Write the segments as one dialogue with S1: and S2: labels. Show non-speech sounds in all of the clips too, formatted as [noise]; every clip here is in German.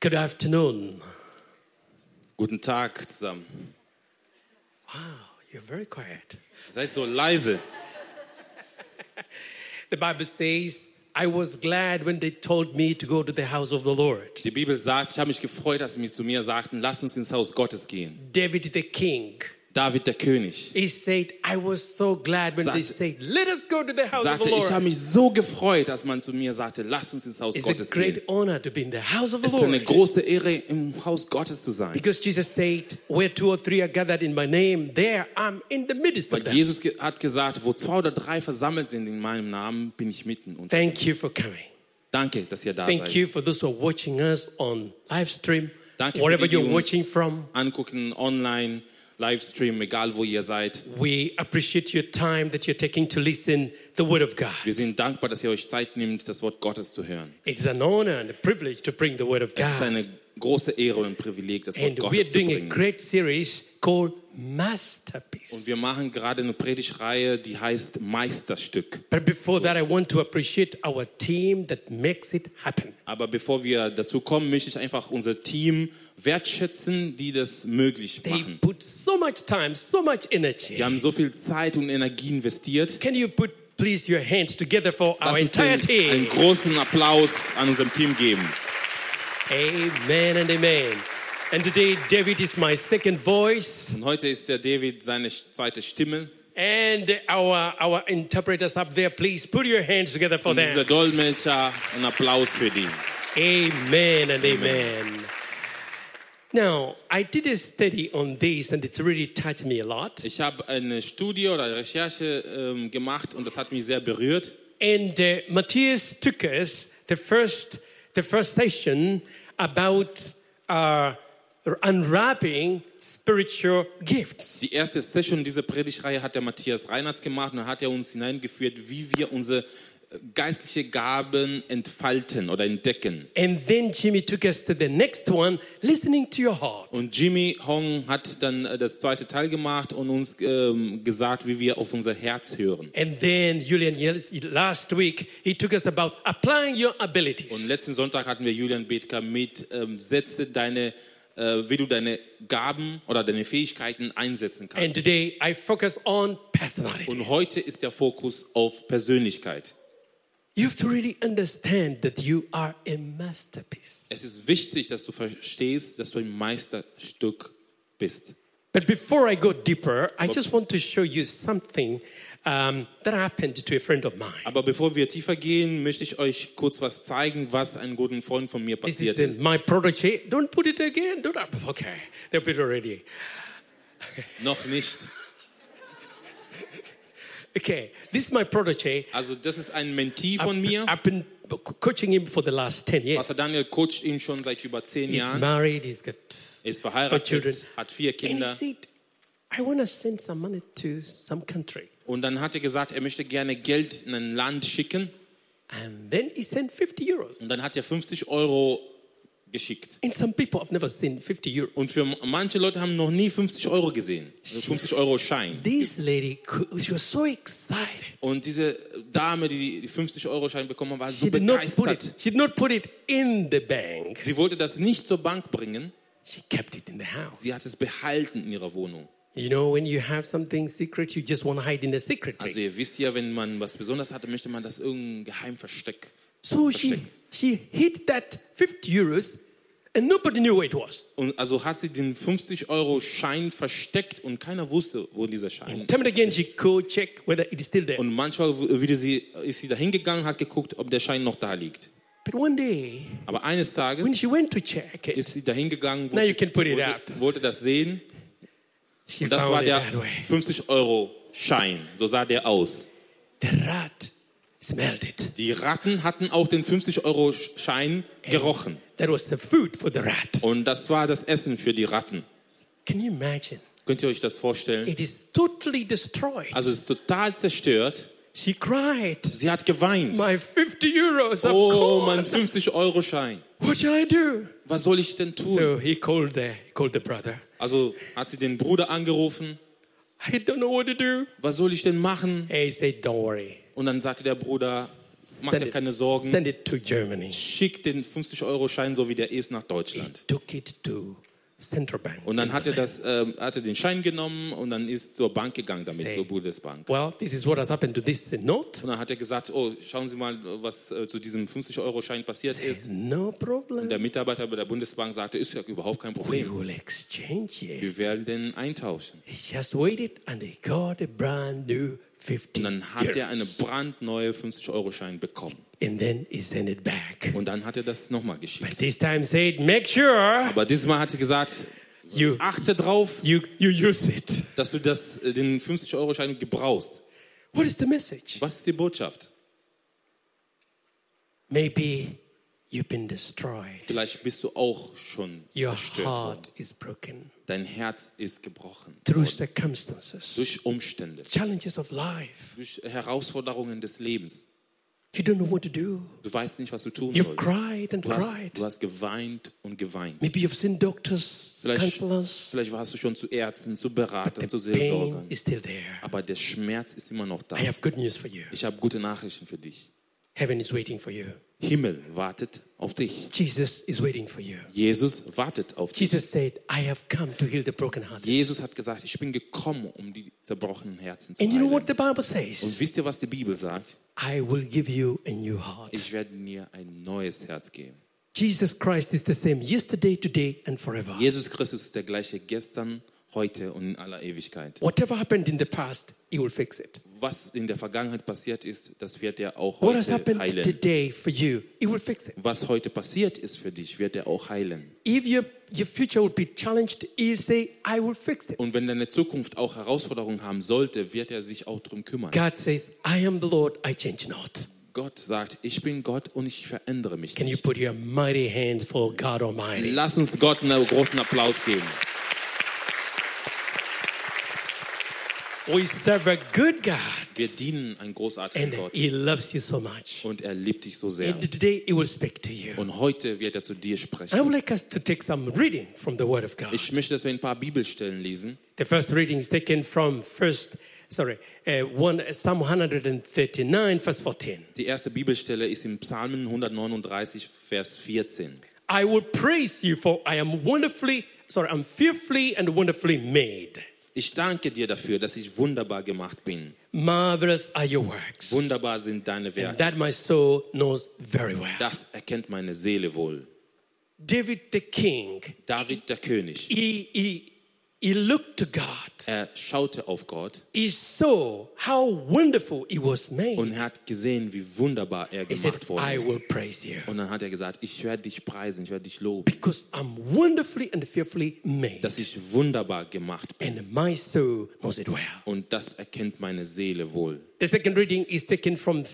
S1: Good afternoon.
S2: Guten Tag zusammen.
S1: Wow, you're very quiet.
S2: Seid so leise.
S1: The Bible says, I was glad when they told me to go to the house of the Lord.
S2: Die Bibel sagt, ich habe mich gefreut, dass sie mich zu mir sagten, lass uns ins Haus Gottes gehen.
S1: David the king,
S2: David der König
S1: he said, I was so glad when they
S2: Sagte-
S1: said, Let us go to the house of
S2: sagte,
S1: the
S2: ich
S1: Lord.
S2: habe mich so gefreut, dass man zu mir sagte, lass uns ins Haus
S1: It's a
S2: Gottes gehen.
S1: great honor to be in the house of the
S2: Es ist eine
S1: Lord.
S2: große Ehre, im Haus Gottes zu sein.
S1: Because Jesus said, Where two or three are gathered in my name, there I'm in the midst of
S2: Weil
S1: them.
S2: Jesus ge- hat gesagt, wo zwei oder drei versammelt sind in meinem Namen, bin ich mitten. Und
S1: Thank you for coming.
S2: danke, dass ihr da
S1: Thank
S2: seid.
S1: you for those who are watching us on live stream,
S2: Danke für
S1: wherever
S2: die, die
S1: you're
S2: uns-
S1: watching from.
S2: Angucken, online, Livestream, egal wo ihr seid.
S1: We appreciate your time that you're taking to listen the word of God.
S2: Wir sind dankbar, dass ihr euch Zeit nimmt, das Wort Gottes zu hören.
S1: It's an honor and a privilege to bring the word of
S2: Es ist
S1: God.
S2: eine große Ehre und ein Privileg, das Wort
S1: And we're
S2: Gottes zu
S1: doing a
S2: bringen.
S1: great series called Masterpiece.
S2: Und wir machen gerade eine Predigtreihe, die heißt Meisterstück.
S1: But before that, I want to appreciate our team that makes it happen.
S2: Aber bevor wir dazu kommen, möchte ich einfach unser Team wertschätzen, die das möglich
S1: They
S2: machen.
S1: put so much time, so much energy.
S2: Wir haben so viel Zeit und Energie investiert.
S1: Can you put, please, your hands together for our
S2: Lass uns
S1: entire
S2: den, einen
S1: team?
S2: großen Applaus an unserem Team geben.
S1: Amen and amen. And today, David is my second voice,
S2: Und heute ist der David seine zweite Stimme.
S1: and our our interpreters up there. Please put your hands together for
S2: Und dieser
S1: them.
S2: Dolmetscher, ein Applaus für die.
S1: Amen and amen. Now, I did a study on this, and it really touched me a lot.
S2: Ich habe eine Studie oder Recherche ähm, gemacht und das hat mich sehr berührt.
S1: And uh, Matthias took us the first the first session about uh, unwrapping spiritual gifts.
S2: Die erste Session dieser Predigtreihe hat der Matthias Reinhardt gemacht und da hat er uns hineingeführt, wie wir unsere äh, geistliche Gaben entfalten oder entdecken.
S1: And then Jimmy took us to the next one, listening to your heart.
S2: Und Jimmy Hong hat dann äh, das zweite Teil gemacht und uns ähm, gesagt, wie wir auf unser Herz hören.
S1: And then Julian Yelis- last week he took us about applying your
S2: Und
S1: abilities.
S2: letzten Sonntag hatten wir Julian Bethker mit, ähm, setze deine, äh, wie du deine Gaben oder deine Fähigkeiten einsetzen
S1: And
S2: kannst.
S1: today I focus on personality.
S2: Und heute ist der Fokus auf Persönlichkeit.
S1: You have to really understand that you are a masterpiece.
S2: Es ist wichtig, dass du verstehst, dass du ein Meisterstück bist.
S1: But before I go deeper, I just want to show you something um, that happened to a friend of mine.
S2: Aber bevor wir tiefer gehen, möchte ich euch kurz was zeigen, was einem guten Freund von mir
S1: This
S2: passiert
S1: is
S2: ist.
S1: the- my protege. Don't put it again. Don't. up- Okay, they put it already.
S2: Noch nicht.
S1: Okay, this is my protege.
S2: Also das ist ein Mentee von mir.
S1: I've been coaching him for the last ten years.
S2: Pastor Daniel coacht ihn schon seit über zehn
S1: He's
S2: Jahren.
S1: married. He's got
S2: Er ist
S1: for children.
S2: verheiratet, hat vier
S1: And he
S2: Kinder.
S1: said, I want to send some money to some country.
S2: Und dann hat er gesagt, er möchte gerne Geld in ein Land schicken.
S1: And then he sent 50 euros.
S2: Und dann hat er 50 Euro geschickt.
S1: And some people have never seen 50 euros.
S2: Und für manche Leute haben noch nie 50 Euro gesehen. Also 50 Euro Schein.
S1: this lady, cou- she was so excited.
S2: Und diese Dame, die die 50 Euro Schein bekommen hat, war so
S1: She did, not put it,
S2: begeistert.
S1: she did not put it in the bank.
S2: Sie wollte das nicht zur Bank bringen.
S1: She kept it in the house.
S2: Sie hat es behalten in ihrer Wohnung.
S1: You know, when you have something secret, you just want to hide in the secret
S2: Also
S1: place.
S2: ihr wisst ja, wenn man was Besonderes hatte, möchte man das irgendein Geheimversteck.
S1: So she,
S2: verstecken.
S1: she hid that 50 euros and nobody knew where it was.
S2: Und also hat sie den 50 Euro Schein versteckt und keiner wusste, wo dieser Schein.
S1: Time and again, she could check whether it is still there.
S2: Und manchmal w- wieder sie, ist sie da hingegangen, hat geguckt, ob der Schein noch da liegt.
S1: But one day,
S2: Aber eines
S1: when
S2: Tages
S1: she went to check it,
S2: ist sie da hingegangen,
S1: Now you can put it
S2: wollte,
S1: up.
S2: wollte das sehen.
S1: She
S2: Und das
S1: found
S2: war
S1: it
S2: der
S1: that way.
S2: 50 Euro Schein. So sah der aus.
S1: The rat smelled it.
S2: Die Ratten hatten auch den 50 Euro Schein gerochen.
S1: That was the food for the rat.
S2: Und das war das Essen für die Ratten.
S1: Can you imagine?
S2: Könnt ihr euch das vorstellen?
S1: It is totally destroyed.
S2: Also es ist total zerstört.
S1: She cried,
S2: Sie hat geweint.
S1: My 50 euros, of
S2: Oh, mein
S1: course.
S2: 50 Euro Schein.
S1: What shall I do?
S2: Was soll ich denn tun?
S1: So he called the, he called the brother.
S2: Also hat sie den Bruder angerufen.
S1: I don't know what to do.
S2: Was soll ich denn machen?
S1: And he said, Don't worry.
S2: Und dann sagte der Bruder, Macht dir keine Sorgen.
S1: Send it to Germany.
S2: Schickt den 50-Euro-Schein so wie der ist nach Deutschland.
S1: Took it to Central Bank.
S2: Und dann hat er, das, ähm, hat er den Schein genommen und dann ist zur Bank gegangen damit,
S1: Say.
S2: zur Bundesbank.
S1: Well, this is what has happened to this note.
S2: Und dann hat er gesagt, oh, schauen Sie mal, was äh, zu diesem 50-Euro-Schein passiert ist.
S1: No problem.
S2: Der Mitarbeiter bei der Bundesbank sagte, ist ja überhaupt kein
S1: We
S2: Problem.
S1: will exchange it.
S2: Wir werden den eintauschen.
S1: He just waited and he got a brand new
S2: Und
S1: 50
S2: dann hat er
S1: euros.
S2: eine brandneue 50-Euro-Schein bekommen.
S1: And then he sent it back.
S2: Und dann hat er das nochmal geschickt.
S1: But this time said, make sure
S2: Aber dieses Mal hat er gesagt,
S1: you,
S2: achte drauf,
S1: you, you use it.
S2: dass du das, äh, den 50-Euro-Schein gebrauchst.
S1: What is the message?
S2: Was ist die Botschaft?
S1: Maybe you've been destroyed.
S2: Vielleicht bist du auch schon
S1: Your
S2: zerstört. worden.
S1: heart is broken
S2: Dein Herz ist gebrochen.
S1: through circumstances,
S2: Durch Umstände,
S1: challenges of life.
S2: durch Herausforderungen des Lebens.
S1: You don't know what to do.
S2: Du weißt nicht, was du tun
S1: You've
S2: sollst.
S1: cried and
S2: Du hast,
S1: cried.
S2: du hast geweint und geweint.
S1: Maybe you've seen doctors,
S2: Vielleicht,
S1: counselors.
S2: vielleicht warst du schon zu Ärzten, zu Beratern, zu
S1: The pain
S2: Seelsorgern.
S1: is still there.
S2: Aber der Schmerz ist immer noch da.
S1: I have good news for you.
S2: Ich habe gute Nachrichten für dich.
S1: Heaven is waiting for you.
S2: Himmel wartet auf dich.
S1: Jesus is waiting for you.
S2: Jesus wartet auf dich.
S1: Jesus said, I have come to heal the brokenhearted.
S2: Jesus hat gesagt, ich bin gekommen, um die zerbrochenen Herzen zu
S1: And you know what
S2: heilen.
S1: the Bible says?
S2: Und wisst ihr, was die Bibel sagt?
S1: I will give you a new heart.
S2: Ich werde dir ein neues Herz geben.
S1: Jesus Christ is the same yesterday, today, and forever.
S2: Jesus Christus ist der gleiche gestern, heute und in aller Ewigkeit.
S1: Whatever happened in the past, He will fix it.
S2: Was in der Vergangenheit passiert ist, das wird er auch
S1: What has
S2: heute
S1: happened
S2: heilen.
S1: today for you, He will fix it.
S2: Was heute passiert ist für dich, wird er auch heilen.
S1: If your, your future will be challenged, He'll say, I will fix it.
S2: Und wenn deine Zukunft auch Herausforderungen haben sollte, wird er sich auch darum kümmern.
S1: God says, I am the Lord, I change not.
S2: Gott sagt, ich bin Gott und ich verändere mich
S1: Can you
S2: nicht.
S1: put your mighty hands for God Almighty?
S2: Lass uns Gott einen großen Applaus geben.
S1: We serve a good God,
S2: Wir dienen einen großartigen
S1: and
S2: Gott
S1: He loves you so much.
S2: und er liebt dich so sehr.
S1: And today, He will speak to you.
S2: Und heute wird er zu dir
S1: I
S2: sprechen.
S1: would like us to take some reading from the Word of God.
S2: Ich möchte, dass wir ein paar Bibelstellen lesen.
S1: The first reading is taken from first, sorry, uh, one, Psalm 139, verse 14.
S2: Die erste Bibelstelle ist im Psalmen 139, Vers 14.
S1: I will praise you for I am wonderfully, sorry, I'm fearfully and wonderfully made.
S2: Ich danke dir dafür, dass ich wunderbar gemacht bin.
S1: Marvelous are your works.
S2: Wunderbar sind deine Werke.
S1: That my soul knows very well.
S2: Das erkennt meine Seele wohl.
S1: David the king,
S2: David der König,
S1: he, he, he looked to God.
S2: er schaute auf Gott
S1: He saw how wonderful he was made.
S2: und er hat gesehen, wie wunderbar er
S1: He said,
S2: gemacht worden
S1: I
S2: ist.
S1: will praise you
S2: Und dann hat er gesagt, ich werde dich preisen, ich werde dich loben,
S1: because I'm wonderfully and fearfully made.
S2: dass ich wunderbar gemacht bin.
S1: And my soul knows it well.
S2: Und das erkennt meine Seele wohl.
S1: The second reading is taken from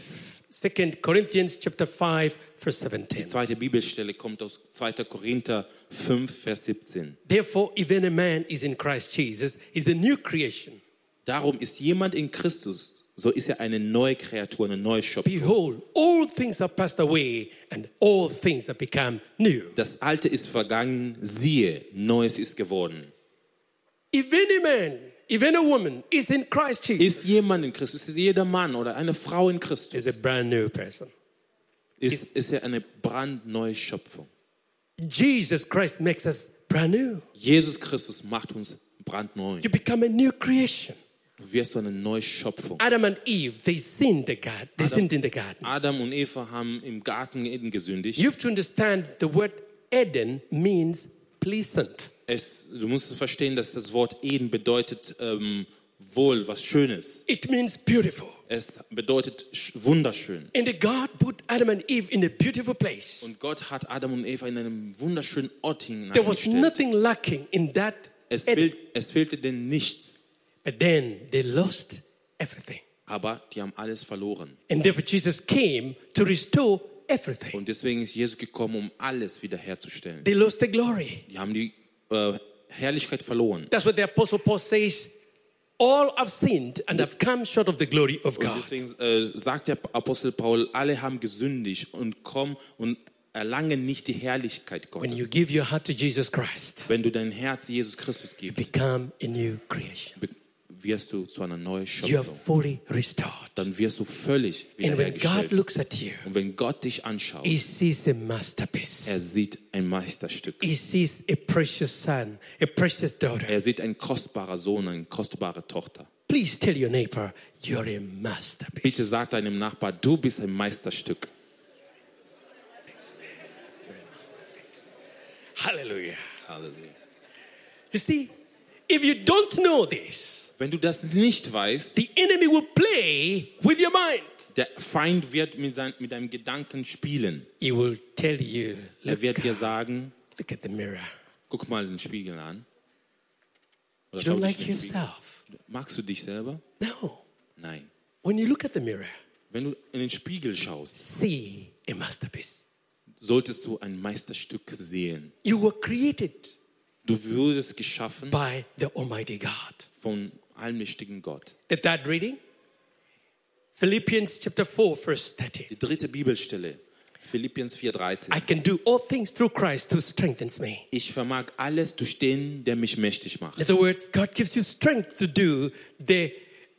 S1: 2 Corinthians chapter 5, verse 17.
S2: Die zweite Bibelstelle kommt aus 2. Korinther 5, Vers 17.
S1: Therefore, even a man is in Christ Jesus, is a new creation.
S2: Darum ist jemand in Christus, so ist er eine neue Kreatur, eine neue Schöpfung.
S1: Behold, all things are passed away, and all things have become new.
S2: Das Alte ist vergangen, siehe, Neues ist geworden.
S1: Even a man, even a woman is in Christ Jesus,
S2: Ist jemand in Christus, ist jeder Mann oder eine Frau in
S1: is
S2: Christus,
S1: a brand new person.
S2: ist, ist er eine brandneue Schöpfung.
S1: Jesus Christ makes us brand new.
S2: Jesus Christus macht uns brandneu.
S1: You become a new creation.
S2: Du wirst so eine neue Schöpfung.
S1: Adam and Eve, they sinned the God. They sinned in the garden.
S2: Adam und Eva haben im Garten Eden gesündigt.
S1: You have to understand the word Eden means pleasant.
S2: Es, du musst verstehen, dass das Wort Eden bedeutet ähm, wohl, was Schönes.
S1: It means beautiful.
S2: Es bedeutet sch- wunderschön.
S1: And God put Adam and Eve in a beautiful place.
S2: Und Gott hat Adam und Eva in einem wunderschönen Ort
S1: There was
S2: hineingestellt.
S1: nothing lacking in that.
S2: Es,
S1: Eden.
S2: fehl, es fehlte denen nichts,
S1: But then they lost everything.
S2: aber die haben alles verloren.
S1: And therefore Jesus came to restore everything.
S2: Und deswegen ist Jesus gekommen, um alles wiederherzustellen.
S1: They lost the glory.
S2: Die haben die äh, Herrlichkeit verloren.
S1: That's what the Apostle Paul says. All have sinned and have come short of the glory of
S2: Und
S1: God.
S2: deswegen äh, sagt der Apostel Paul, alle haben gesündigt und kommen und erlangen nicht die Herrlichkeit
S1: When you
S2: Gottes.
S1: give your heart to Jesus Christ,
S2: Wenn du dein Herz Jesus Christus gibst,
S1: become a new creation.
S2: be- wirst du zu einer neuen
S1: you are
S2: Schöpfung.
S1: fully restored.
S2: Dann wirst du völlig
S1: And when God
S2: wiederhergestellt.
S1: looks at you,
S2: Und wenn Gott dich anschaut,
S1: he sees a masterpiece.
S2: er sieht ein Meisterstück.
S1: He sees a precious son, a precious daughter.
S2: Er sieht ein kostbarer Sohn, eine kostbare Tochter.
S1: Please tell your neighbor, you're a masterpiece.
S2: Bitte sag deinem Nachbar, du bist ein Meisterstück.
S1: Hallelujah.
S2: Halleluja.
S1: You see, if you don't know this,
S2: Wenn du das nicht weißt,
S1: the enemy will play with your mind.
S2: der Feind wird mit, sein, mit deinem Gedanken spielen.
S1: He will tell you,
S2: Er
S1: look,
S2: wird dir sagen,
S1: look at the mirror.
S2: guck mal den Spiegel an. Oder
S1: You don't
S2: schau dich
S1: like
S2: in den Spiegel.
S1: yourself.
S2: Magst du dich selber?
S1: No.
S2: Nein.
S1: When you look at the mirror,
S2: Wenn du in den Spiegel schaust,
S1: see a masterpiece.
S2: solltest du ein Meisterstück sehen.
S1: You were created
S2: Du wurdest geschaffen
S1: by the Almighty God.
S2: von allmächtigen Gott.
S1: The third reading Philippians chapter 4, verse 13.
S2: Die dritte Bibelstelle, Philippiens 4,13.
S1: I can do all things through Christ who strengthens me.
S2: Ich vermag alles durch den, der mich mächtig macht.
S1: In other words, God gives you strength to do the,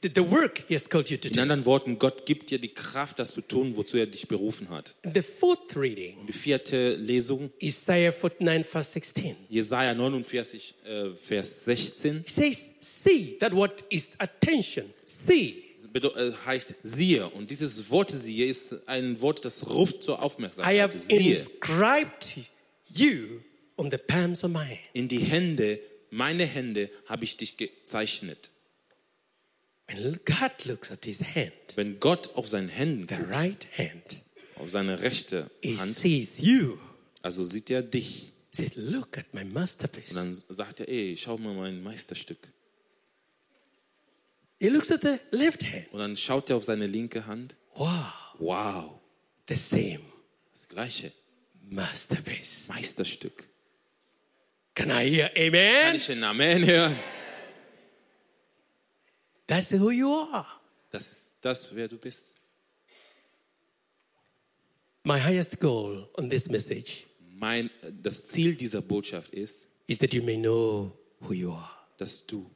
S1: the, the work He has called you to
S2: In
S1: do.
S2: anderen Worten, Gott gibt dir die Kraft, das zu tun, wozu er dich berufen hat.
S1: The fourth reading,
S2: Die vierte Lesung,
S1: Isaiah 49, verse 16.
S2: Jesaja 49, äh, Vers 16,
S1: It says, See that what is attention, see,
S2: bedo- äh, heißt siehe. Und dieses Wort siehe ist ein Wort, das ruft zur
S1: I
S2: Aufmerksamkeit.
S1: have
S2: Siehe,
S1: inscribed you on the palms of my hand.
S2: in die Hände, meine Hände, habe ich dich gezeichnet.
S1: When God looks at his hand,
S2: Wenn Gott auf seine Hände
S1: the
S2: guckt,
S1: right hand,
S2: auf seine rechte
S1: he
S2: Hand,
S1: sees you.
S2: also sieht er dich.
S1: He says, Look at my masterpiece.
S2: Und dann sagt er, ey, schau mal mein Meisterstück.
S1: He looks at the left hand.
S2: Und dann schaut er auf seine linke Hand.
S1: Wow,
S2: Wow,
S1: the same
S2: das gleiche
S1: masterpiece.
S2: Meisterstück.
S1: Can I hear
S2: Kann
S1: amen?
S2: ich den Amen hören?
S1: That's who you are.
S2: Das ist das, wer du bist.
S1: My highest goal on this message
S2: Mein, das Ziel dieser Botschaft ist,
S1: is that you may know who you are.
S2: dass du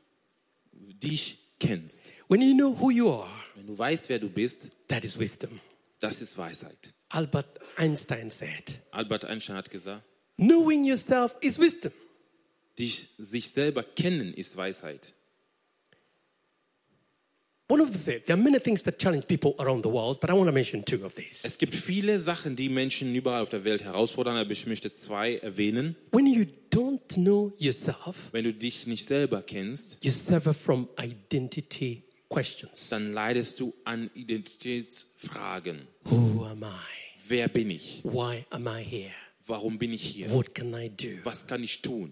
S2: dich kennst.
S1: When you know who you are,
S2: Wenn du weißt, wer du bist,
S1: that is wisdom.
S2: das ist Weisheit.
S1: Albert Einstein said,
S2: Albert Einstein hat gesagt,
S1: Knowing yourself is wisdom.
S2: dich, sich selber kennen ist Weisheit.
S1: One of the things, there are many things that challenge people around the world, but I want to mention two of these.
S2: Es gibt viele Sachen, die Menschen überall auf der Welt herausfordern, aber ich möchte zwei erwähnen.
S1: When you don't know yourself,
S2: Wenn du dich nicht selber kennst,
S1: you suffer from identity questions.
S2: dann leidest du an Identitätsfragen.
S1: Who am I?
S2: Wer bin ich?
S1: Why am I here?
S2: Warum bin ich hier?
S1: What can I do?
S2: Was kann ich tun?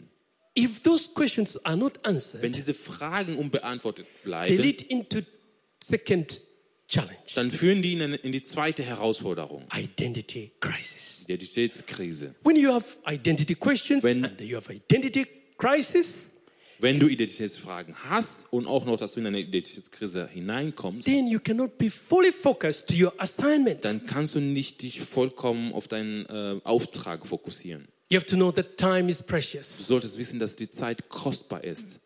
S1: If those questions are not
S2: Wenn
S1: answered,
S2: diese Fragen unbeantwortet
S1: they
S2: bleiben,
S1: lead into second challenge,
S2: dann führen die in, in die zweite Herausforderung,
S1: identity crisis.
S2: die Identitätskrise.
S1: When you have identity questions
S2: When-
S1: and you have identity crisis,
S2: Wenn du Identitätsfragen hast und auch noch, dass du in eine Identitätskrise hineinkommst,
S1: then you cannot be fully focused to your assignment.
S2: dann kannst du nicht dich vollkommen auf deinen äh, Auftrag fokussieren.
S1: You have to know that time is
S2: Du
S1: precious.
S2: solltest wissen, dass die Zeit kostbar ist.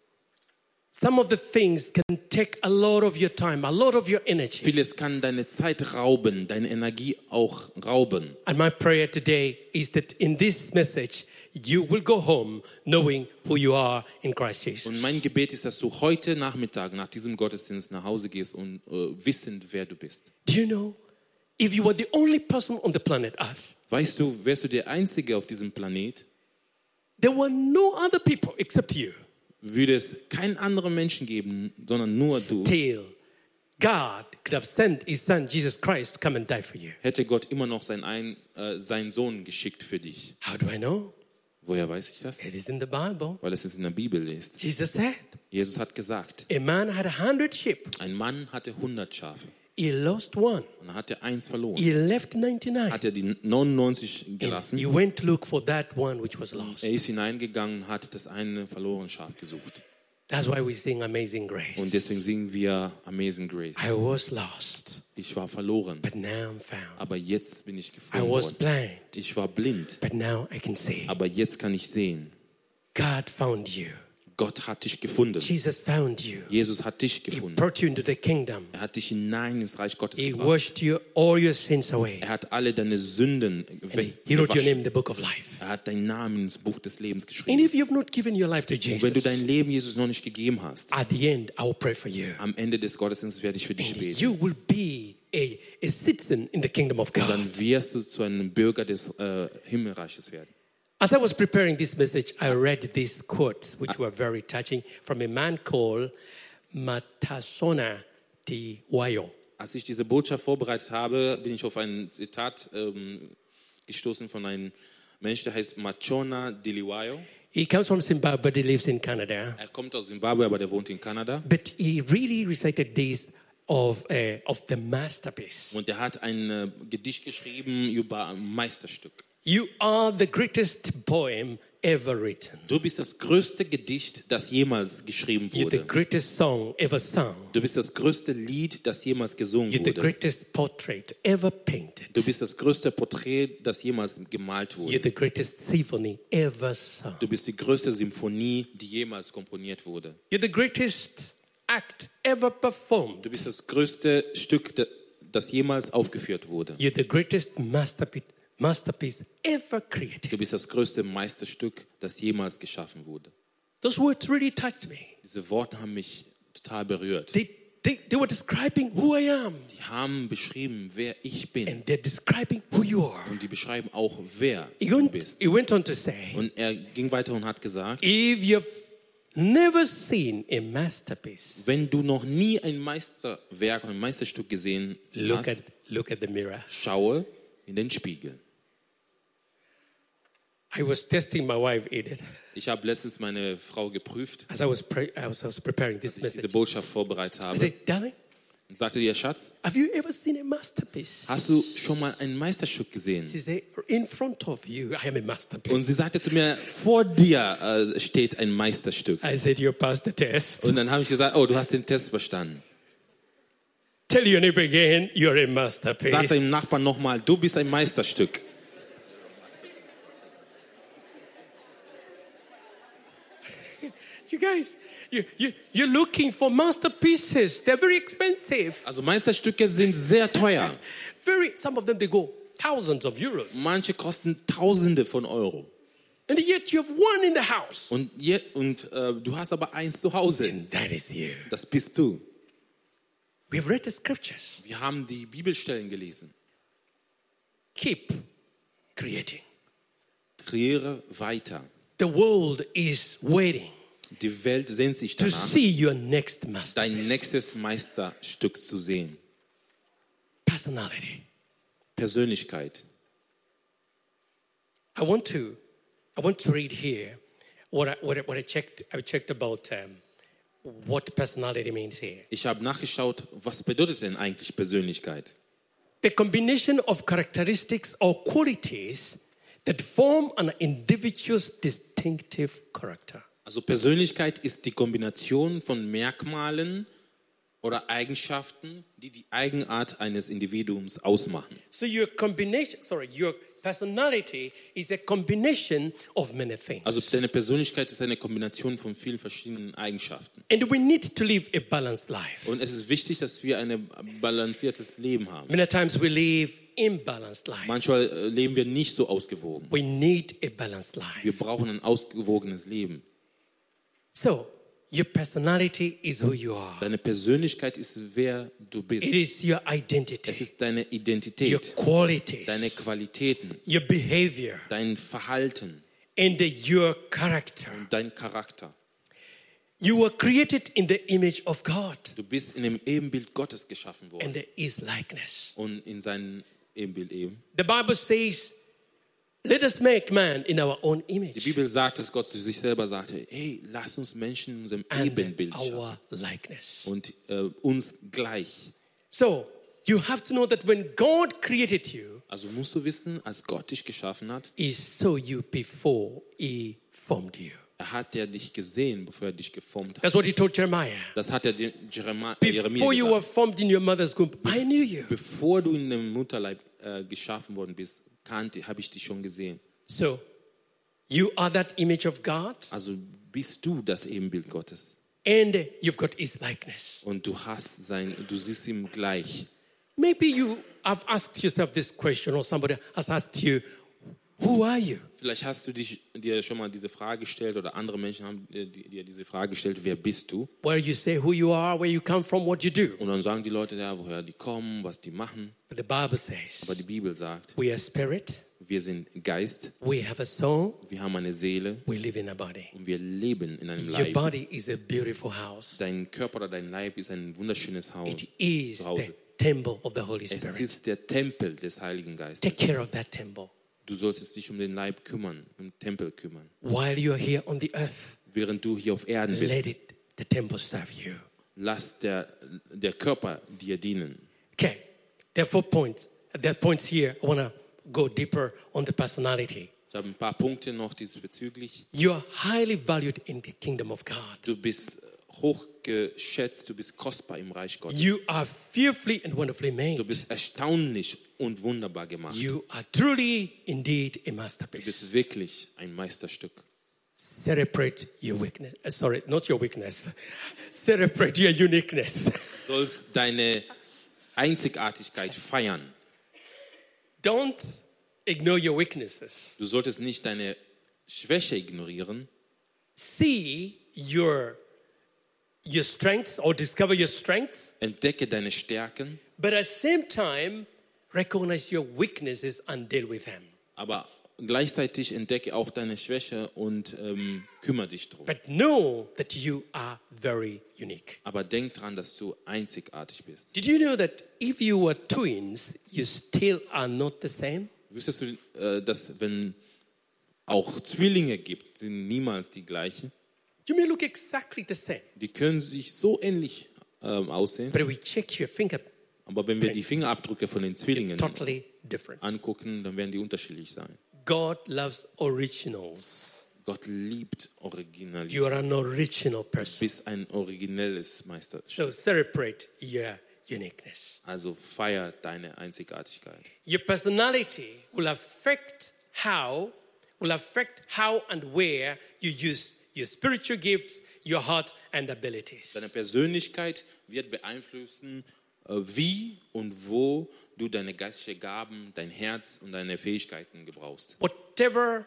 S1: Some of the things can take a lot of your time, a lot of your energy.
S2: Vieles kann deine Zeit rauben, deine Energie auch rauben.
S1: And my prayer today is that in this message, you will go home knowing who you are in Christ Jesus.
S2: Und mein Gebet ist, dass du heute Nachmittag nach diesem Gottesdienst nach Hause gehst und äh, wissend, wer du bist.
S1: Do you know? If you were the only person on the planet Earth,
S2: Weißt du, wärst du der Einzige auf diesem Planet,
S1: there were no other people except you.
S2: würde es keinen anderen Menschen geben, sondern nur du,
S1: Till God could have sent his son Jesus Christ to come and die for you.
S2: hätte Gott immer noch seinen, ein, äh, seinen Sohn geschickt für dich.
S1: How do I know?
S2: Woher weiß ich das?
S1: It is in the Bible.
S2: Weil es jetzt in der Bibel ist.
S1: Jesus said,
S2: Jesus hat gesagt,
S1: A man had a hundred sheep.
S2: ein Mann hatte 100 Schafe
S1: He lost one.
S2: und dann hat er eins verloren.
S1: He left 99.
S2: Hat er die 99
S1: And
S2: gelassen.
S1: he went to look for that one which was lost.
S2: Er ist hineingegangen und hat das eine verlorene Schaf gesucht.
S1: That's why we sing Amazing Grace.
S2: Und deswegen singen wir Amazing Grace.
S1: I was lost,
S2: Ich war verloren,
S1: but now I'm found.
S2: aber jetzt bin ich
S1: I
S2: gefunden
S1: was
S2: worden.
S1: blind,
S2: Ich war blind,
S1: but now I can see.
S2: aber jetzt kann ich sehen.
S1: God found you.
S2: Gott hat dich gefunden.
S1: Jesus found you.
S2: Jesus hat dich
S1: He
S2: gefunden.
S1: brought you into the kingdom.
S2: Er hat dich hinein ins Reich Gottes
S1: He
S2: gebracht.
S1: washed you all your sins away.
S2: Er hat alle deine Sünden
S1: And he wrote your name in
S2: weggewaschen.
S1: the book of life.
S2: Er hat deinen Namen ins Buch des Lebens
S1: And
S2: geschrieben.
S1: if you've not given your life to
S2: Und wenn du
S1: Jesus,
S2: dein Leben Jesus noch nicht gegeben hast,
S1: at the end, I will pray for you.
S2: am Ende des Gottesdienstes werde ich für dich
S1: And
S2: beten.
S1: you will be a, a citizen in the kingdom of
S2: Und
S1: God.
S2: dann wirst du zu einem Bürger des äh, Himmelreiches werden.
S1: As I was preparing this message, I read these quotes, which were very touching, from a man called Matasona Tiwayo.
S2: Als ich diese Botschaft vorbereitet habe, bin ich auf ein Zitat ähm, gestoßen von einem Mensch, der heißt Machona Diliwayo.
S1: He comes from Zimbabwe, but he lives in Canada.
S2: Er kommt aus Zimbabwe, aber der wohnt in Kanada.
S1: But he really recited this of, uh, of the masterpiece.
S2: Und er hat ein äh, Gedicht geschrieben über ein Meisterstück.
S1: You are the greatest poem ever written.
S2: Du bist das größte Gedicht, das jemals geschrieben
S1: You're the
S2: wurde.
S1: greatest song ever sung.
S2: Du bist das größte Lied, das jemals gesungen
S1: You're the
S2: wurde.
S1: greatest portrait ever
S2: Du
S1: painted.
S2: bist das größte Porträt, das jemals gemalt
S1: You're
S2: wurde.
S1: the greatest symphony ever sung.
S2: Du bist die größte Symphonie, die jemals komponiert wurde.
S1: You're the greatest act ever performed.
S2: Du bist das größte Stück, de- das jemals aufgeführt wurde.
S1: You're the greatest masterpiece, masterpiece ever
S2: Du
S1: created.
S2: bist das größte Meisterstück, das jemals geschaffen wurde.
S1: Those words really touched me.
S2: Diese Worte haben mich total berührt.
S1: They, they, they were describing who I am,
S2: Die haben beschrieben, wer ich bin.
S1: and they're describing who you are.
S2: Und die beschreiben auch, wer
S1: He
S2: du
S1: went,
S2: bist.
S1: he went on to say,
S2: Und er ging weiter und hat gesagt,
S1: if you've never seen a masterpiece,
S2: wenn du noch nie ein Meisterwerk oder ein Meisterstück gesehen
S1: look at,
S2: hast,
S1: look at the mirror.
S2: schaue in den Spiegel.
S1: I was testing my wife, Edith,
S2: Ich habe letztens meine Frau geprüft,
S1: as I was, pre- I was, I was preparing this
S2: als ich diese
S1: message.
S2: Botschaft vorbereitet
S1: I
S2: habe.
S1: said, darling,
S2: Und sagte ihr, Schatz,
S1: have you ever seen a masterpiece?
S2: Hast du schon mal ein Meisterstück gesehen?
S1: She said, in front of you, I am a masterpiece.
S2: Und sie sagte zu mir, vor dir äh, steht ein Meisterstück.
S1: I said, you passed the test.
S2: Und dann habe ich gesagt, oh, du hast den Test verstanden.
S1: Tell your neighbor again, you're a masterpiece.
S2: Sag deinem Nachbarn nochmal, du bist ein Meisterstück.
S1: You guys, you, you, you're looking for masterpieces. They're very expensive.
S2: Also Meisterstücke sind sehr teuer.
S1: Very, some of them, they go thousands of euros.
S2: Manche kosten Tausende von Euro.
S1: And yet you have one in the house.
S2: Und, je, und äh, du hast aber eins zu Hause.
S1: And that is you.
S2: Das bist du.
S1: We've read the scriptures.
S2: Wir haben die Bibelstellen gelesen.
S1: Keep creating.
S2: Kreiere weiter.
S1: The world is waiting
S2: Die Welt sehnt sich
S1: to
S2: danach,
S1: see your Uh-huh. next master.
S2: dein nächstes Meisterstück zu sehen.
S1: Personality.
S2: Persönlichkeit.
S1: I want to, I want to read here what I, what I, what I checked. I checked about um, what personality means here.
S2: Ich habe nachgeschaut, was bedeutet denn eigentlich Persönlichkeit?
S1: The combination of characteristics or qualities that form an individual's distinctive character.
S2: Also Persönlichkeit ist die Kombination von Merkmalen oder Eigenschaften, die die Eigenart eines Individuums ausmachen.
S1: So your combination, sorry, your personality is a combination of many things.
S2: Also deine Persönlichkeit ist eine Kombination von vielen verschiedenen Eigenschaften.
S1: and we need to live a balanced life.
S2: Und es ist wichtig, dass wir ein balanciertes Leben haben.
S1: Many times we live imbalanced life.
S2: Manchmal äh, leben wir nicht so ausgewogen.
S1: we need a balanced life.
S2: Wir brauchen ein ausgewogenes Leben.
S1: So your personality is who you are.
S2: Deine Persönlichkeit ist, wer du
S1: It
S2: bist.
S1: is your
S2: Es
S1: identity,
S2: ist deine
S1: your
S2: Identität,
S1: qualities,
S2: deine Qualitäten,
S1: your behavior,
S2: dein Verhalten.
S1: and your character.
S2: dein Charakter.
S1: You were created in the image of God
S2: Du bist in dem Ebenbild Gottes geschaffen worden
S1: and there is likeness.
S2: und in seinem Ebenbild eben.
S1: The Bible says, let us make man in our own
S2: Die
S1: image
S2: Bibel sagt, dass Gott zu sich selber sagte, hey, lass uns Menschen in unserem
S1: and
S2: Ebenbild schaffen
S1: our likeness.
S2: und äh, uns gleich.
S1: So you have to know that when God created you,
S2: Also musst du wissen, als Gott dich geschaffen hat,
S1: He saw you before He formed you.
S2: er hat er dich gesehen, bevor er dich geformt hat.
S1: That's what He told Jeremiah.
S2: Das hat er dir- Jerema, äh, Jeremia
S1: Before you were
S2: gesagt.
S1: formed in your mother's womb, I knew you.
S2: Bevor du in dem Mutterleib äh, geschaffen worden bist, kannte, habe ich dich schon gesehen.
S1: So you are that image of God
S2: Also bist du das Ebenbild Gottes.
S1: and you've got his likeness.
S2: Und du hast sein, du siehst ihm gleich.
S1: Maybe you have asked yourself this question, or somebody has asked you, Who are you?
S2: Vielleicht hast du dich, dir schon mal diese Frage gestellt oder andere Menschen haben äh, die- dir diese Frage gestellt, wer bist du?
S1: Where you say who you are, where you come from, what you do.
S2: Und dann sagen die Leute ja, woher die kommen, was die machen.
S1: But the Bible says,
S2: Aber die Bibel sagt,
S1: We are spirit,
S2: wir sind Geist,
S1: we have a soul,
S2: wir haben eine Seele
S1: we live in a body.
S2: und wir leben in einem
S1: Your
S2: Leib.
S1: body is a beautiful house,
S2: Dein Körper oder dein Leib ist ein wunderschönes Haus.
S1: it is
S2: zu Hause.
S1: the temple of the Holy
S2: Es
S1: Spirit.
S2: ist der Tempel des Heiligen Geistes.
S1: Take care of that temple
S2: Du solltest dich um den Leib kümmern, um Tempel kümmern.
S1: while you are here on the earth.
S2: Während du hier auf Erden
S1: Let
S2: bist,
S1: it, the temple serve you.
S2: lass der, der Körper dir dienen.
S1: Okay, there are four points. There are points here. I want to go deeper on the personality.
S2: Ich habe ein paar Punkte noch diesbezüglich.
S1: You are highly valued in the kingdom of God.
S2: Du bist hochgeschätzt, du bist kostbar im Reich Gottes.
S1: You are fearfully and wonderfully
S2: Du
S1: made.
S2: bist erstaunlich und wunderbar gemacht. Du
S1: You are truly, indeed, a masterpiece.
S2: bist wirklich ein Meisterstück.
S1: Celebrate your weakness. Uh, Sorry, not your weakness. [laughs] Celebrate your uniqueness.
S2: Du sollst deine Einzigartigkeit feiern.
S1: Don't ignore your weaknesses.
S2: Du solltest nicht deine Schwäche ignorieren,
S1: See your your strengths or discover your strengths,
S2: entdecke deine Stärken,
S1: but at the same time, recognize your weaknesses and deal with them.
S2: aber gleichzeitig entdecke auch deine Schwäche und ähm, kümmere dich drum.
S1: But know that you are very unique.
S2: Aber denk dran, dass du einzigartig bist.
S1: Did you know that if you were twins, you still are not the same?
S2: Wüsstest du, äh, dass wenn auch Zwillinge gibt, sind niemals die gleichen.
S1: You may look exactly the same,
S2: Die können sich so ähnlich ähm, aussehen,
S1: but we check your finger,
S2: aber wenn wir die Fingerabdrücke von den Zwillingen
S1: totally different.
S2: angucken, dann werden die unterschiedlich sein.
S1: God loves originals.
S2: Gott liebt
S1: You
S2: Originalität.
S1: are an original
S2: Du
S1: person.
S2: bist ein originelles Meisterstück.
S1: So celebrate your uniqueness.
S2: Also feier deine Einzigartigkeit.
S1: Your personality will affect how, will affect how and where you use your spiritual gifts, your heart and abilities.
S2: Deine Persönlichkeit wird beeinflussen, äh, wie und wo du deine geistlichen Gaben, dein Herz und deine Fähigkeiten gebrauchst.
S1: Whatever,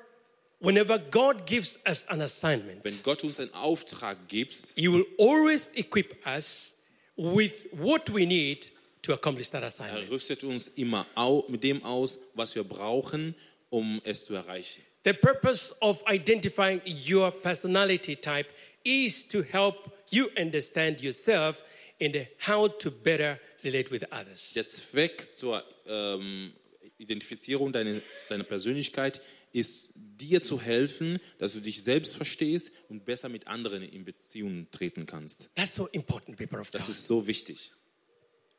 S1: whenever God gives us an assignment,
S2: Wenn Gott uns einen Auftrag gibt,
S1: He will always equip us with what we need to accomplish that
S2: er
S1: assignment.
S2: rüstet uns immer au mit dem aus, was wir brauchen, um es zu erreichen.
S1: The purpose of identifying your personality type is to help you understand yourself and how to better relate with others.
S2: Der Zweck zur ähm, Identifizierung deiner, deiner Persönlichkeit ist, dir zu helfen, dass du dich selbst verstehst und besser mit anderen in Beziehungen treten kannst.
S1: That's so important, people of God.
S2: Das ist so wichtig.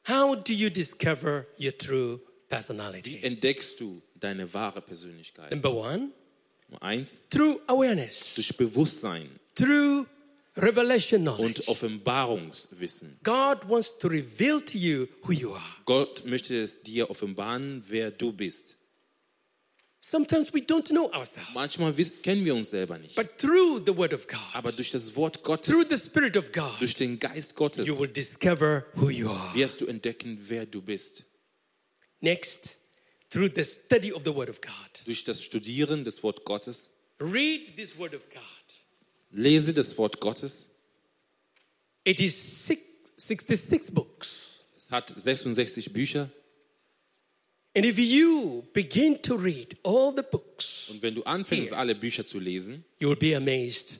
S1: How do you discover your true
S2: Wie
S1: personality?
S2: entdeckst du deine wahre Persönlichkeit?
S1: Number one,
S2: Nummer eins,
S1: through awareness,
S2: durch Bewusstsein
S1: through revelation knowledge.
S2: und Offenbarungswissen.
S1: God wants to reveal to you who you are.
S2: Gott möchte es dir offenbaren, wer du bist.
S1: Sometimes we don't know ourselves.
S2: Manchmal wiss- kennen wir uns selber nicht.
S1: But through the word of God,
S2: Aber durch das Wort
S1: through
S2: Gottes,
S1: the spirit of God,
S2: durch den Geist Gottes,
S1: you will discover who you are.
S2: wirst du entdecken, wer du bist.
S1: Next, through the study of the word of God.
S2: Durch das Studieren des Wort Gottes,
S1: Read this word of God.
S2: lese das Wort Gottes.
S1: It is six, 66 books.
S2: Es hat 66 Bücher.
S1: And if you begin to read all the books,
S2: Und wenn du anfängst, alle Bücher zu lesen,
S1: you will be amazed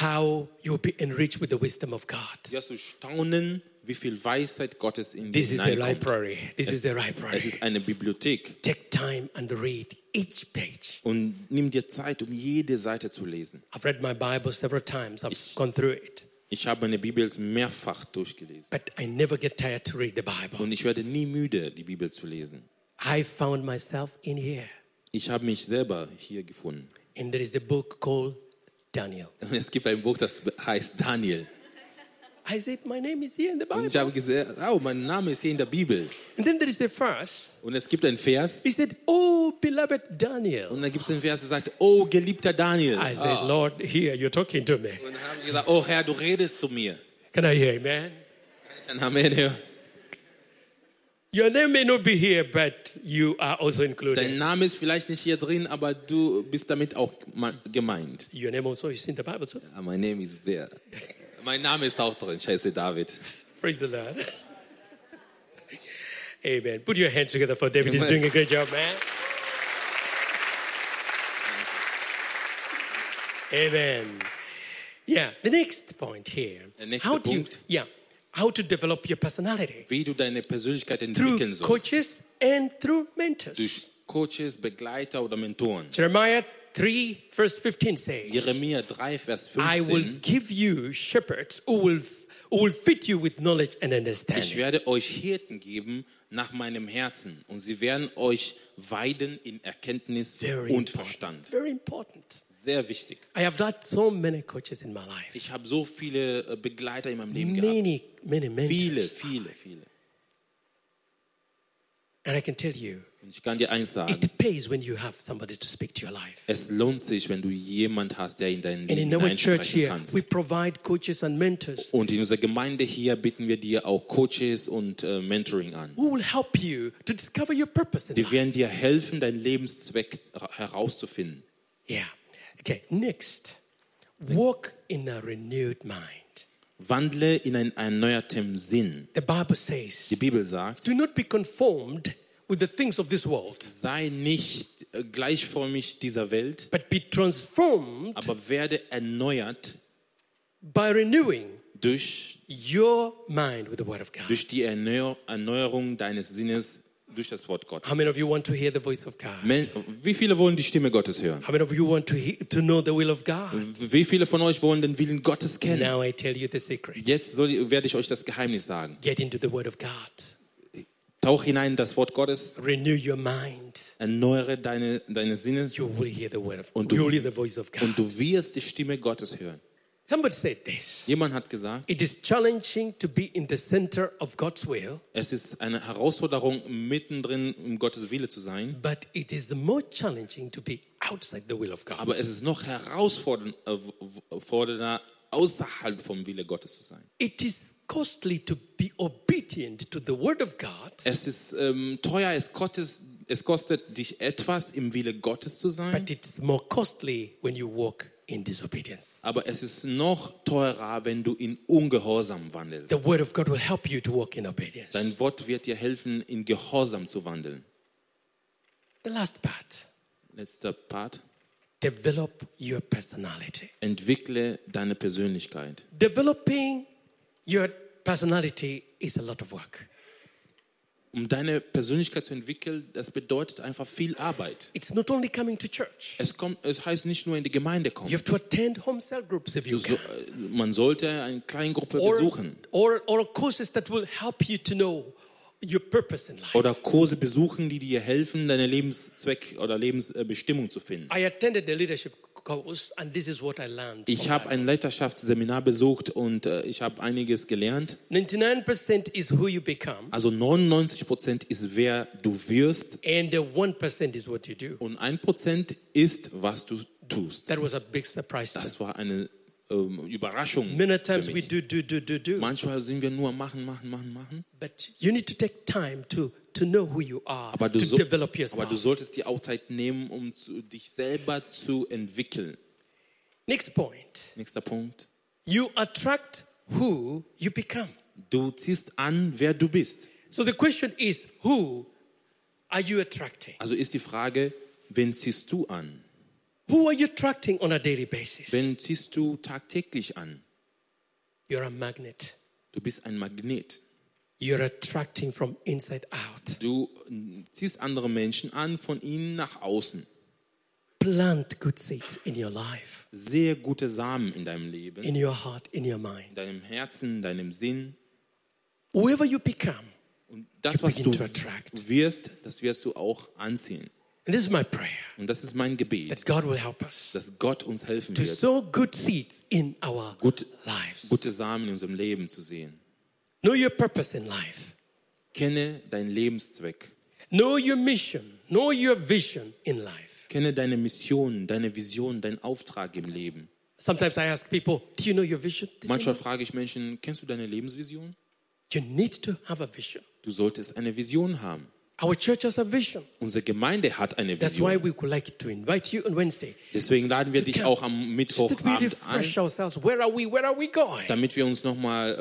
S1: how you'll be enriched with the wisdom of God.
S2: wirst du staunen, wie viel Weisheit Gottes in dir
S1: This is a
S2: hineinkommt.
S1: library. This is a
S2: Es
S1: library.
S2: ist eine Bibliothek.
S1: Take time and read each page.
S2: Und nimm dir Zeit, um jede Seite zu lesen.
S1: I've read my Bible several times. I've gone through it.
S2: Ich habe meine Bibel mehrfach durchgelesen.
S1: But I never get tired to read the Bible.
S2: Und ich werde nie müde, die Bibel zu lesen.
S1: I found myself in here.
S2: Ich habe mich selber hier gefunden.
S1: And there is a book called Daniel.
S2: Es gibt ein Buch, das heißt Daniel.
S1: I said, my name is here in the
S2: Und
S1: Bible.
S2: ich habe gesagt, oh, mein Name ist hier in der Bibel.
S1: And then there is a verse.
S2: Und es gibt einen Vers.
S1: He said, oh, beloved Daniel.
S2: Und dann gibt es einen Vers, der sagt, oh, geliebter Daniel.
S1: I said, Lord, here you're talking to me.
S2: Und dann habe ich gesagt, oh Herr, du redest zu mir.
S1: Can I hear amen?
S2: Kann ich dann Amen hören?
S1: Your name may not be here, but you are also
S2: Dein
S1: included.
S2: Name ist vielleicht nicht hier drin, aber du bist damit auch ma- gemeint.
S1: Your name also is in the Bible, too.
S2: Ah, mein Name ist der. Mein Name ist auch drin. Scheiße, David.
S1: Praise the Lord. [laughs] Amen. Put your hands together for David. He's doing a great job, man. Amen. Yeah. The next point here.
S2: Der nächste
S1: how do you,
S2: Punkt.
S1: yeah, how to develop your personality
S2: Wie du deine Persönlichkeit entwickeln
S1: through
S2: sollst.
S1: coaches and through mentors.
S2: Durch Coaches, Begleiter oder Mentoren.
S1: Jeremiah 3, verse 15 says,
S2: Jeremia 3, Vers
S1: I will
S2: 15.
S1: give you shepherds who will, who will fit you with knowledge and
S2: Ich
S1: understanding.
S2: werde euch Hirten geben nach meinem Herzen und sie werden euch weiden in Erkenntnis
S1: Very important.
S2: und Verstand.
S1: Very important.
S2: Sehr wichtig.
S1: I have had so many coaches in my life.
S2: Ich habe so viele äh, Begleiter in meinem Leben gehabt.
S1: Many, many
S2: Viele,
S1: mentors.
S2: viele, viele.
S1: And I can tell you,
S2: Und ich kann dir eins sagen.
S1: it pays when you have somebody to speak to your life.
S2: Es lohnt sich, wenn du jemand hast, der in dein
S1: And
S2: Leben
S1: in our church
S2: hineinsprechen
S1: here,
S2: kannst.
S1: we provide coaches and mentors
S2: Und in unserer Gemeinde hier bieten wir dir auch Coaches und äh, Mentoring an.
S1: who will help you to discover your purpose in
S2: Die
S1: life.
S2: werden dir helfen, deinen Lebenszweck ra- herauszufinden.
S1: Yeah. Okay, next. Walk in a renewed mind.
S2: Wandle in ein erneuertem Sinn.
S1: The Bible says,
S2: Die Bibel sagt,
S1: do not be conformed with the things of this world,
S2: sei nicht äh, gleichförmig dieser Welt,
S1: but be transformed
S2: aber werde erneuert
S1: by renewing
S2: durch,
S1: your mind with the Word of God.
S2: durch die Erneuer, Erneuerung deines Sinnes durch das Wort
S1: How
S2: Gottes.
S1: many of you want to hear the voice of God?
S2: Men- Wie viele wollen die Stimme Gottes hören?
S1: How many of you want to, he- to know the will of God?
S2: Wie viele von euch wollen den Willen Gottes kennen?
S1: Now I tell you the secret.
S2: Jetzt soll, werde ich euch das Geheimnis sagen.
S1: Get into the Word of God.
S2: Tauch hinein in das Wort Gottes,
S1: Renew your mind.
S2: erneuere deine, deine Sinne
S1: You will hear the Word of
S2: Und
S1: God.
S2: du-
S1: You will hear the voice of God.
S2: und du wirst die Stimme Gottes hören.
S1: Somebody said this.
S2: Jemand hat gesagt,
S1: It is challenging to be in the center of God's will,
S2: es ist eine Herausforderung, mittendrin um Gottes Wille zu sein,
S1: but it is more challenging to be outside the will of God.
S2: aber es ist noch herausfordernder, außerhalb vom Wille Gottes zu sein.
S1: It is costly to be obedient to the Word of God,
S2: Es ist ähm, teuer, es kostet, es kostet dich etwas, im Wille Gottes zu sein,
S1: but it is more costly when you walk in disobedience.
S2: aber es ist noch teurer, wenn du in Ungehorsam wandelst.
S1: The Word of God will help you to walk in obedience.
S2: Dein Wort wird dir helfen, in Gehorsam zu wandeln.
S1: The last part.
S2: Letzter Part.
S1: develop your personality.
S2: Entwickle deine Persönlichkeit.
S1: Developing your personality is a lot of work.
S2: Um deine Persönlichkeit zu entwickeln, das bedeutet einfach viel Arbeit.
S1: It's not only coming to church.
S2: Es, kommt, es heißt nicht nur in die Gemeinde kommen.
S1: You have to attend home cell groups if you
S2: So,
S1: can,
S2: äh, man sollte eine Kleingruppe besuchen
S1: or, or courses that will help you to know your purpose in life.
S2: oder Kurse besuchen, die dir helfen, deine Lebenszweck oder Lebensbestimmung zu finden.
S1: I attended a leadership course, and this is what I learned.
S2: Ich habe ein Leiterschaftsseminar besucht und äh, ich habe einiges gelernt.
S1: 99% is who you become,
S2: Also 99% ist, wer du wirst
S1: and the 1% is what you do.
S2: Und ein Prozent ist, was du tust.
S1: That was a big surprise to me.
S2: Das war eine ähm, Überraschung.
S1: Many
S2: für
S1: times we
S2: mich.
S1: do, do, do, do, do.
S2: Manchmal sind wir nur machen, machen, machen, machen.
S1: But you need to take time to, to know who you are,
S2: Aber du,
S1: to
S2: so,
S1: develop
S2: aber
S1: yourself.
S2: du solltest die auch Zeit nehmen, um zu, dich selber zu entwickeln.
S1: Next point.
S2: Nächster Punkt.
S1: You attract who you become.
S2: Du ziehst an, wer du bist.
S1: So the question is, who are you attracting?
S2: Also ist die Frage, wen ziehst du an?
S1: Who are you attracting on a daily basis?
S2: Wen ziehst du tagtäglich an?
S1: You're a magnet.
S2: Du bist ein Magnet.
S1: You're attracting from inside out.
S2: Du äh, ziehst andere Menschen an, von ihnen nach außen.
S1: Plant good seeds in your life,
S2: Sehr gute Samen in deinem Leben.
S1: in your heart, in your
S2: in
S1: mind.
S2: deinem Herzen, deinem Sinn.
S1: Whoever you become,
S2: Und das, was
S1: begin
S2: du
S1: to attract.
S2: wirst, das wirst du auch anziehen.
S1: And this is my prayer
S2: Und das ist mein Gebet,
S1: that God will help us
S2: dass Gott uns helfen
S1: to
S2: wird,
S1: sow good seeds in our
S2: Gut-
S1: lives.
S2: gute Samen in unserem Leben zu sehen.
S1: Know your purpose in life.
S2: Kenne deinen Lebenszweck.
S1: Know your mission. Know your vision in life.
S2: Kenne deine Mission, deine Vision, deinen Auftrag im Leben.
S1: Sometimes I ask people, Do you know your vision? They say,
S2: Manchmal frage ich Menschen, kennst du deine Lebensvision?
S1: You need to have a vision.
S2: Du solltest eine Vision haben.
S1: Our church has a vision.
S2: Unsere Gemeinde hat eine
S1: That's why
S2: Vision.
S1: we would like to invite you on Wednesday
S2: Deswegen laden wir dich
S1: come.
S2: auch am
S1: that we
S2: Mittwochabend ein,
S1: refresh ourselves. Where are we? Where are we going?
S2: damit wir uns nochmal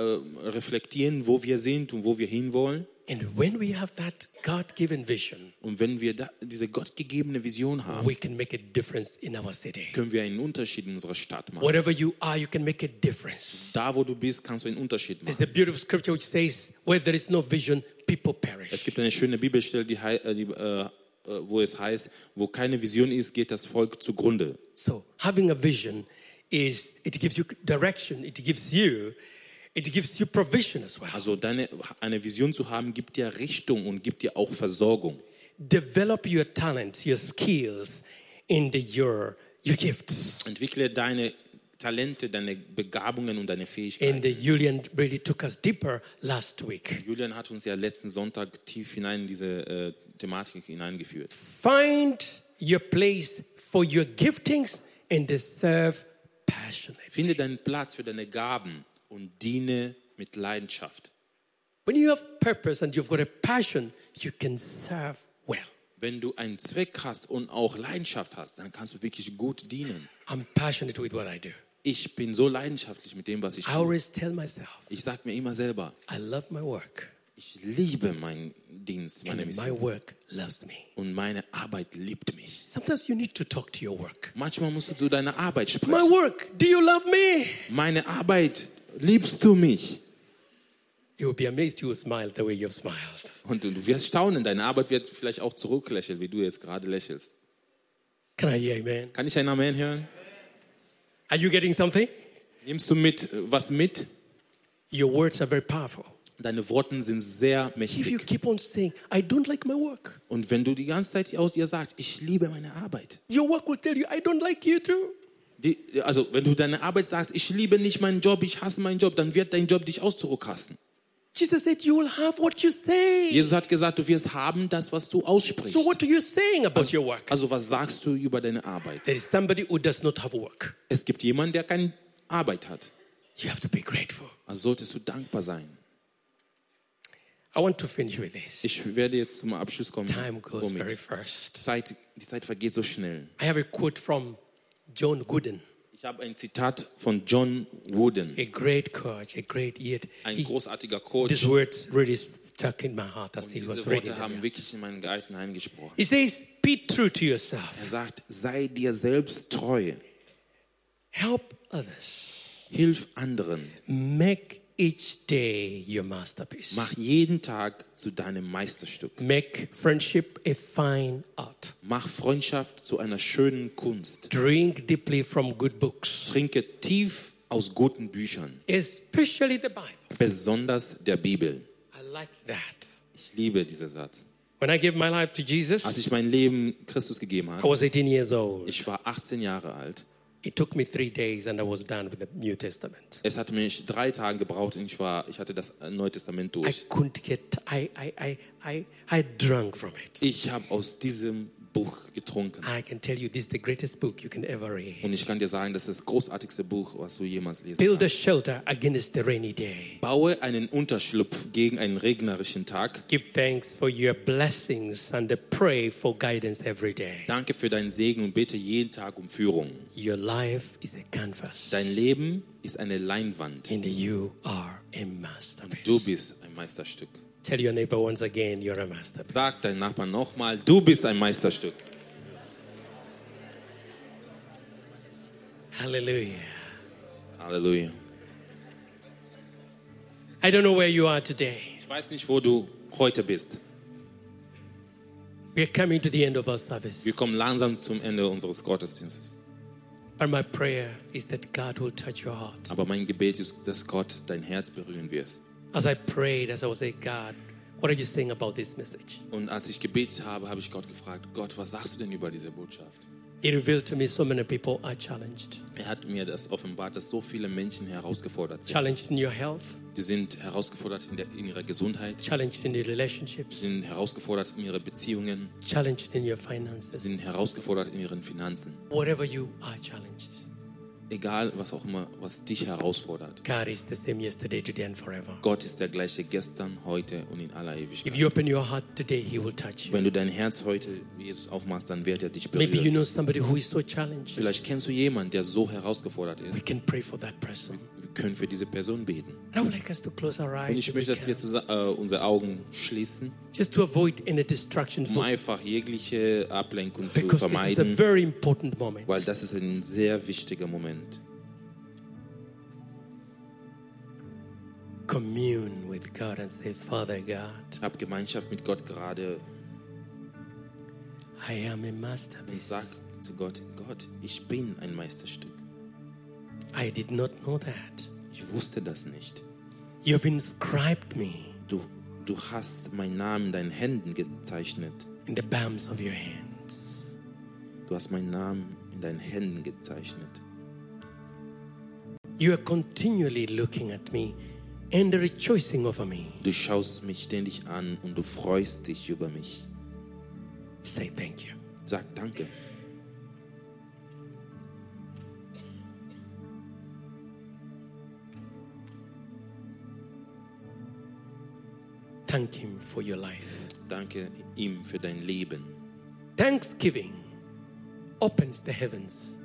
S2: äh, reflektieren, wo wir sind und wo wir hinwollen.
S1: And when we have that God given vision,
S2: Und wenn wir da, diese gottgegebene Vision haben,
S1: we can make a difference in our city.
S2: können wir einen Unterschied in unserer Stadt machen.
S1: Whatever you are, you can make a difference.
S2: Da, wo du bist, kannst du einen Unterschied
S1: There's
S2: machen.
S1: a beautiful scripture which says, Where there is no vision, people
S2: Es
S1: perish.
S2: gibt eine schöne Bibelstelle, die, hei- äh, die, äh, äh, wo es heißt, wo keine Vision ist, geht das Volk zugrunde.
S1: So having a vision is it gives you direction, it gives you, it gives you provision as well.
S2: Also deine, eine Vision zu haben, gibt dir Richtung und gibt dir auch Versorgung.
S1: Develop your talents, your skills, and your your gifts.
S2: Entwickle deine Talente, deine Begabungen und deine Fähigkeiten.
S1: And uh, Julian really took us deeper last week.
S2: Julian hat uns ja letzten Sonntag tief hinein in diese äh, Thematik hineingeführt.
S1: Find your place for your giftings and serve passionately.
S2: Finde deinen Platz für deine Gaben und diene mit Leidenschaft.
S1: When you have purpose and you've got a passion, you can serve well.
S2: Wenn du einen Zweck hast und auch Leidenschaft hast, dann kannst du wirklich gut dienen.
S1: I'm passionate with what I do.
S2: Ich bin so leidenschaftlich mit dem, was ich
S1: I
S2: tue.
S1: always tell myself,
S2: Ich sage mir immer selber,
S1: I love my work.
S2: ich liebe meinen Dienst, meine
S1: And my
S2: Mission.
S1: work loves me.
S2: Und meine Arbeit liebt mich.
S1: Sometimes you need to talk to your work.
S2: Manchmal musst du zu deiner Arbeit
S1: My
S2: sprechen.
S1: work, do you love me?
S2: Meine Arbeit, liebst du mich?
S1: You will be amazed, you will smile the way you've smiled.
S2: Und du wirst staunen, deine Arbeit wird vielleicht auch zurücklächeln, wie du jetzt gerade lächelst.
S1: Can I hear amen?
S2: Kann ich ein Amen hören?
S1: Are you getting something?
S2: Nimmst du mit äh, was mit?
S1: Your words are very powerful.
S2: Deine Worte sind sehr
S1: If you
S2: mächtig.
S1: keep on saying, I don't like my work,
S2: Und wenn du die ganze Zeit aus dir sagst, ich liebe meine Arbeit.
S1: your work will tell you, I don't like you too.
S2: Die, also wenn du deine Arbeit sagst, ich liebe nicht meinen Job, ich hasse meinen Job, dann wird dein Job dich auch zurückhassen.
S1: Jesus said, You will have what you say.
S2: Jesus hat gesagt, du wirst haben das, was du aussprichst.
S1: So, what are you saying about your work?
S2: Also was sagst du über deine Arbeit?
S1: There is somebody who does not have work.
S2: Es gibt jemanden, der keine Arbeit hat.
S1: You have to be grateful.
S2: Also solltest du dankbar sein.
S1: I want to finish with this.
S2: Ich werde jetzt zum Abschluss kommen.
S1: Time goes
S2: Womit?
S1: very fast.
S2: Zeit, die Zeit vergeht so schnell.
S1: I have a quote from John Gooden,
S2: Ich habe ein Zitat von John Wooden.
S1: a great coach, a great yet.
S2: ein großartiger Coach.
S1: These words really stuck in my heart as he was
S2: Diese
S1: reading.
S2: Worte
S1: them.
S2: haben wirklich in meinen Geist hineingesprochen.
S1: He says, Be true to
S2: Er
S1: yourself,
S2: sagt, sei dir selbst treu,
S1: help others,
S2: hilf anderen,
S1: make each day your masterpiece.
S2: mach jeden Tag zu deinem Meisterstück.
S1: Make friendship a fine art.
S2: Mach Freundschaft zu einer schönen Kunst.
S1: Drink deeply from good books,
S2: Trinke tief aus guten Büchern,
S1: especially the Bible.
S2: besonders der Bibel.
S1: I like that.
S2: Ich liebe diesen Satz.
S1: When I gave my life to Jesus,
S2: Als ich mein Leben Christus gegeben
S1: I
S2: habe,
S1: was 18 years old.
S2: ich war 18 Jahre alt.
S1: It took me three days and I was done with the New Testament.
S2: Es hat mich drei Tage gebraucht und ich war, ich hatte das Neue Testament
S1: I
S2: durch.
S1: couldn't get, I, I, I, I, I drank from it.
S2: Ich habe aus diesem Buch getrunken.
S1: I can tell you this is the greatest book you can ever read.
S2: Und ich kann dir sagen, das ist das großartigste Buch, was du jemals lesen
S1: Build a shelter against the rainy day.
S2: Baue einen Unterschlupf gegen einen regnerischen Tag.
S1: Give thanks for your blessings and pray for guidance every day.
S2: Danke für deinen Segen und bete jeden Tag um Führung.
S1: Your life is a canvas.
S2: Dein Leben ist eine Leinwand.
S1: And you are a masterpiece.
S2: Du bist ein Meisterstück.
S1: Tell your neighbor once again, you're a masterpiece.
S2: Sag deinem Nachbarn nochmal, du bist ein Meisterstück.
S1: Hallelujah.
S2: Halleluja.
S1: I don't know where you are today.
S2: Ich weiß nicht, wo du heute bist.
S1: We're coming to the end of our service.
S2: Wir kommen langsam zum Ende unseres Gottesdienstes.
S1: And my prayer is that God will touch your heart.
S2: Aber mein Gebet ist, dass Gott dein Herz berühren wird.
S1: As I prayed, as I was saying, God, What are you saying about this message?
S2: Und als ich gebetet habe, habe ich Gott gefragt, Gott, was sagst du denn über diese Botschaft?
S1: He revealed to me so many people are challenged.
S2: Er hat mir das offenbart, dass so viele Menschen herausgefordert sind.
S1: Challenged in your health,
S2: Die sind herausgefordert in, der, in ihrer Gesundheit,
S1: challenged in your relationships,
S2: sind herausgefordert in ihren Beziehungen,
S1: challenged in your finances.
S2: sind herausgefordert in ihren Finanzen.
S1: Whatever you are challenged,
S2: Egal, was auch immer, was dich herausfordert.
S1: God is the same yesterday, today, and forever.
S2: Gott ist der gleiche gestern, heute und in aller
S1: If
S2: Ewigkeit.
S1: you open your heart today, He will touch you.
S2: Wenn du dein Herz heute Jesus aufmachst, dann wird er dich
S1: Maybe you
S2: berühren.
S1: know somebody who is so challenged.
S2: Vielleicht kennst du jemanden, der so herausgefordert
S1: We
S2: ist.
S1: can pray for that person.
S2: Wir können für diese Person beten.
S1: And I would like us to close our
S2: Und
S1: eyes.
S2: ich
S1: if we
S2: möchte, dass wir
S1: can,
S2: zusa- äh, unsere Augen schließen,
S1: Just to avoid any distraction,
S2: um
S1: for,
S2: einfach jegliche Ablenkung zu
S1: because this is a
S2: vermeiden,
S1: very important moment.
S2: weil das ist ein sehr wichtiger Moment.
S1: Commune with God and say, Father God,
S2: Hab Gemeinschaft mit Gott gerade
S1: I am a
S2: und
S1: masterpiece.
S2: sag zu Gott, Gott, ich bin ein Meisterstück.
S1: I did not know that.
S2: Ich wusste das nicht.
S1: You have inscribed me
S2: Du, du hast meinen Namen in deinen Händen gezeichnet.
S1: in the palms of your hands.
S2: Du hast meinen Namen in deinen Händen gezeichnet.
S1: You are continually looking at me and rejoicing over me.
S2: Du schaust mich ständig an und du freust dich über mich.
S1: Say thank you.
S2: Sag Danke.
S1: Thank Him for your life.
S2: Danke ihm für dein Leben.
S1: Thanksgiving opens the heavens.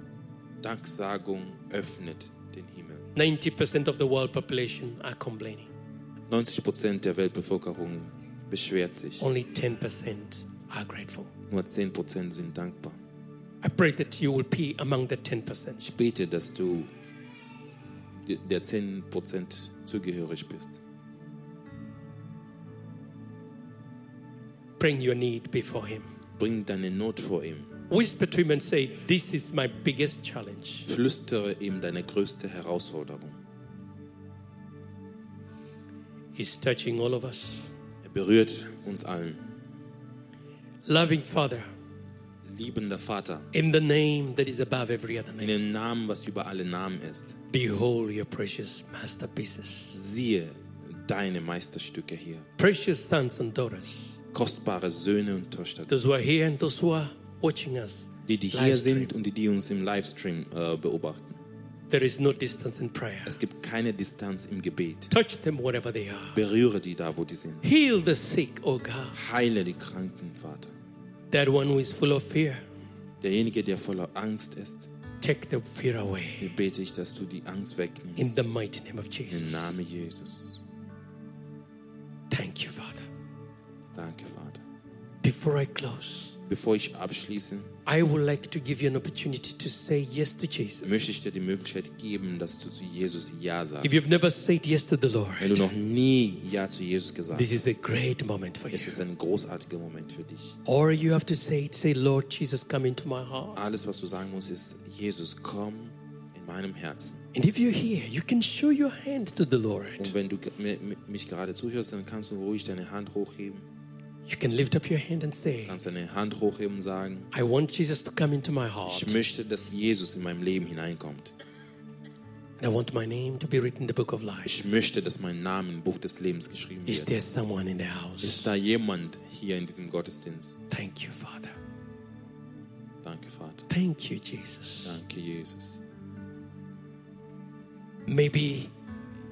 S2: Danksagung öffnet den Himmel.
S1: 90% of the world population are complaining,
S2: 90% der Weltbevölkerung beschwert sich.
S1: only 10% are grateful.
S2: Nur 10% sind dankbar.
S1: I pray that you will be among the 10%.
S2: Ich bete, dass du de- der 10% zugehörig bist.
S1: Bring your need before Him.
S2: Bring deine Not vor ihm.
S1: Whisper to Him and say, This is my biggest challenge.
S2: Flüstere ihm deine größte Herausforderung.
S1: He's touching all of us.
S2: Er berührt uns allen.
S1: Loving Father,
S2: Liebender Vater,
S1: in the name that is above every other
S2: in
S1: name,
S2: den Namen, was über alle Namen ist,
S1: behold your precious masterpieces,
S2: siehe deine Meisterstücke hier.
S1: precious sons and daughters,
S2: Kostbare Söhne und Töchter,
S1: those who are here and those who are watching us.
S2: die, die hier sind und die, die uns im Livestream äh, beobachten.
S1: There is no distance in prayer.
S2: Es gibt keine Distanz im Gebet.
S1: Touch them wherever they are.
S2: Berühre die da, wo die sind.
S1: Heal the sick, O God.
S2: Heile die Kranken, Vater.
S1: That one who is full of fear,
S2: Derjenige, der voller Angst ist,
S1: take the fear away.
S2: hier bete ich, dass du die Angst
S1: In
S2: wegnimmst.
S1: the mighty name of
S2: Im
S1: Jesus.
S2: Namen Jesus.
S1: Thank you, Father.
S2: Danke, Vater.
S1: Before I close,
S2: Bevor ich abschließe,
S1: I would like to give you an opportunity to say yes to Jesus.
S2: möchte ich dir die Möglichkeit geben, dass du zu Jesus Ja sagst.
S1: If you've never said yes to the
S2: Wenn du
S1: Lord,
S2: noch nie Ja zu Jesus gesagt
S1: this
S2: hast,
S1: is a great moment for you.
S2: es ist ein großartiger Moment für dich.
S1: Or you have to say it, say, Lord Jesus, come into my heart.
S2: Alles, was du sagen musst, ist, Jesus, komm in meinem Herzen.
S1: And if you're here, you can show your hand to the Lord.
S2: Und wenn du ge- mi- mi- mich gerade zuhörst, dann kannst du ruhig deine Hand hochheben.
S1: You can lift up your hand and say,
S2: Du kannst deine Hand hochheben und sagen,
S1: I want Jesus to come into my heart.
S2: ich möchte, dass Jesus in meinem Leben hineinkommt.
S1: And I want my name to be written in the book of life.
S2: Ich möchte, dass mein Name im Buch des Lebens geschrieben
S1: Is
S2: wird.
S1: there someone in the house?
S2: Ist da jemand hier in diesem Gottesdienst?
S1: Thank you, Father.
S2: Danke, Vater.
S1: Thank you, Jesus.
S2: Danke, Jesus.
S1: Maybe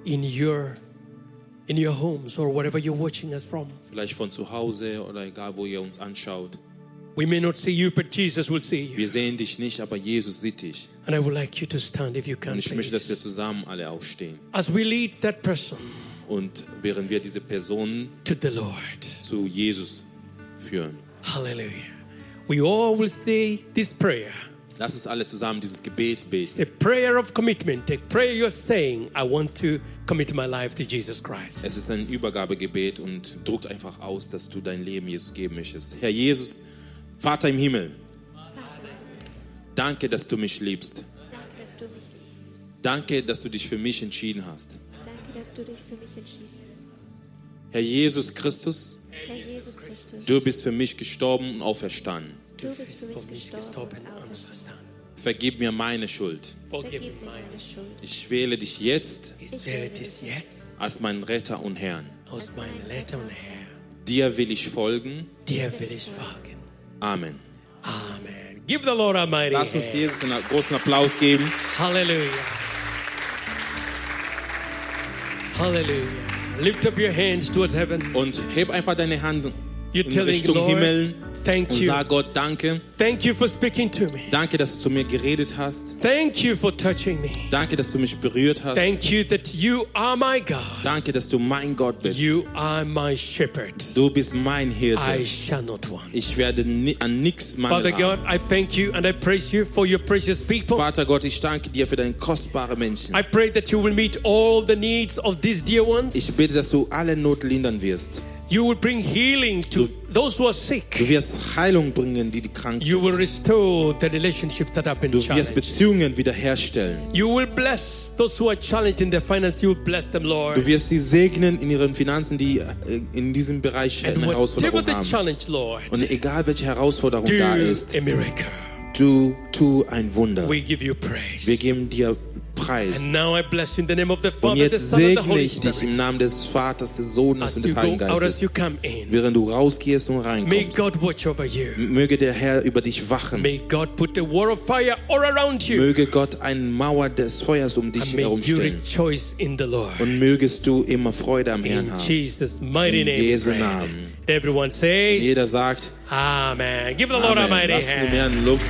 S1: in your in your homes or wherever you're watching us from.
S2: Vielleicht von zu Hause oder egal, wo ihr uns anschaut.
S1: We may not see you, but Jesus will see you.
S2: Wir sehen dich nicht, aber Jesus sieht dich.
S1: And I would like you to stand if you
S2: Und
S1: can.
S2: ich möchte, dass wir
S1: Please.
S2: zusammen alle aufstehen.
S1: As we lead that person
S2: Und während wir diese Person
S1: to the Lord.
S2: zu Jesus führen.
S1: Hallelujah. We all will say this prayer.
S2: Lass uns alle zusammen dieses Gebet beten.
S1: A prayer of commitment. A prayer you're saying, I want to commit my life to Jesus Christ.
S2: Es ist ein Übergabegebet und drückt einfach aus, dass du dein Leben Jesus geben möchtest. Herr Jesus, Vater im Himmel, danke, dass du mich liebst.
S3: Danke, dass du mich liebst.
S2: Danke, dass du dich für mich entschieden hast.
S3: Danke, dass du dich für mich entschieden hast.
S2: Herr Jesus Christus,
S3: Herr Jesus Christus,
S2: du bist für mich gestorben und auferstanden.
S3: du bist
S1: Für
S3: für mich
S1: mich
S3: gestorben
S1: gestorben
S3: und
S1: und
S3: auferstanden.
S1: verstanden.
S2: Vergib mir meine Schuld.
S1: Vergib
S3: Vergib
S1: mir
S3: mir meine
S1: meine
S3: Schuld.
S2: Ich wähle dich jetzt
S1: Ich wähle dich jetzt
S2: als meinen Retter und Herrn.
S1: aus meinem Letter und Herr.
S2: Dir will ich folgen.
S1: Dir will ich folgen.
S2: Amen.
S1: Amen. Give the Lord a mighty
S2: Lass uns
S1: hand.
S2: Jesus einen großen Applaus geben.
S1: Hallelujah. Hallelujah. Lift up your hands towards heaven.
S2: Und heb einfach deine Hand
S1: You're
S2: in
S1: telling
S2: Richtung
S1: Lord,
S2: Himmel
S1: thank
S2: und
S1: you.
S2: sag Gott Danke.
S1: Thank you for speaking to me.
S2: Danke, dass du zu mir geredet hast.
S1: Thank you for touching me.
S2: Danke, dass du mich berührt hast.
S1: Thank you that you are my God.
S2: Danke, dass du mein Gott bist.
S1: You are my shepherd.
S2: Du bist mein
S1: I
S2: Hirte.
S1: shall not want.
S2: Ich werde ni an nichts
S1: Father God,
S2: mangeln.
S1: I thank you and I praise you for your precious people.
S2: Vater Gott, ich danke dir für deine kostbaren Menschen.
S1: I pray that you will meet all the needs of these dear ones.
S2: Ich bete, dass du alle Not lindern wirst.
S1: You will bring healing to those who are sick.
S2: Du wirst Heilung bringen, die die Kranken.
S1: You will restore the relationships that have been
S2: Du wirst
S1: challenged.
S2: Beziehungen wiederherstellen.
S1: You will bless those who are challenged in their finance. You will bless them,
S2: Du
S1: Lord.
S2: wirst sie segnen in ihren Finanzen, die äh, in diesem Bereich eine
S1: Whatever
S2: Herausforderung
S1: the
S2: haben.
S1: challenge, Lord,
S2: Und egal welche Herausforderung
S1: do
S2: da ist,
S1: a miracle.
S2: du tu ein Wunder.
S1: We give you praise.
S2: Wir geben dir Preis.
S1: And now I bless you in the name of the
S2: Und
S1: Father, the
S2: jetzt
S1: Son, and the
S2: segne
S1: Holy
S2: ich dich im
S1: Spirit.
S2: Namen des Vaters, des Sohnes und
S1: As
S2: des
S1: you
S2: Heiligen
S1: go out,
S2: Geistes.
S1: as you come in,
S2: Während du rausgehst und
S1: may
S2: reinkommst,
S1: God watch over you.
S2: möge der Herr über dich wachen.
S1: May God put a wall of fire all around you.
S2: Möge Gott eine Mauer des Feuers um dich
S1: And may
S2: herum
S1: you
S2: stellen.
S1: rejoice in the Lord.
S2: Und mögest du immer Freude am Herrn
S1: In
S2: haben.
S1: Jesus' mighty
S2: In
S1: name. we
S2: Jesu
S1: pray.
S2: Namen.
S1: Everyone says,
S2: Jeder sagt,
S1: Amen. Give the Lord a
S2: Amen.
S1: mighty
S2: Lass den
S1: hand.
S2: Herrn Lob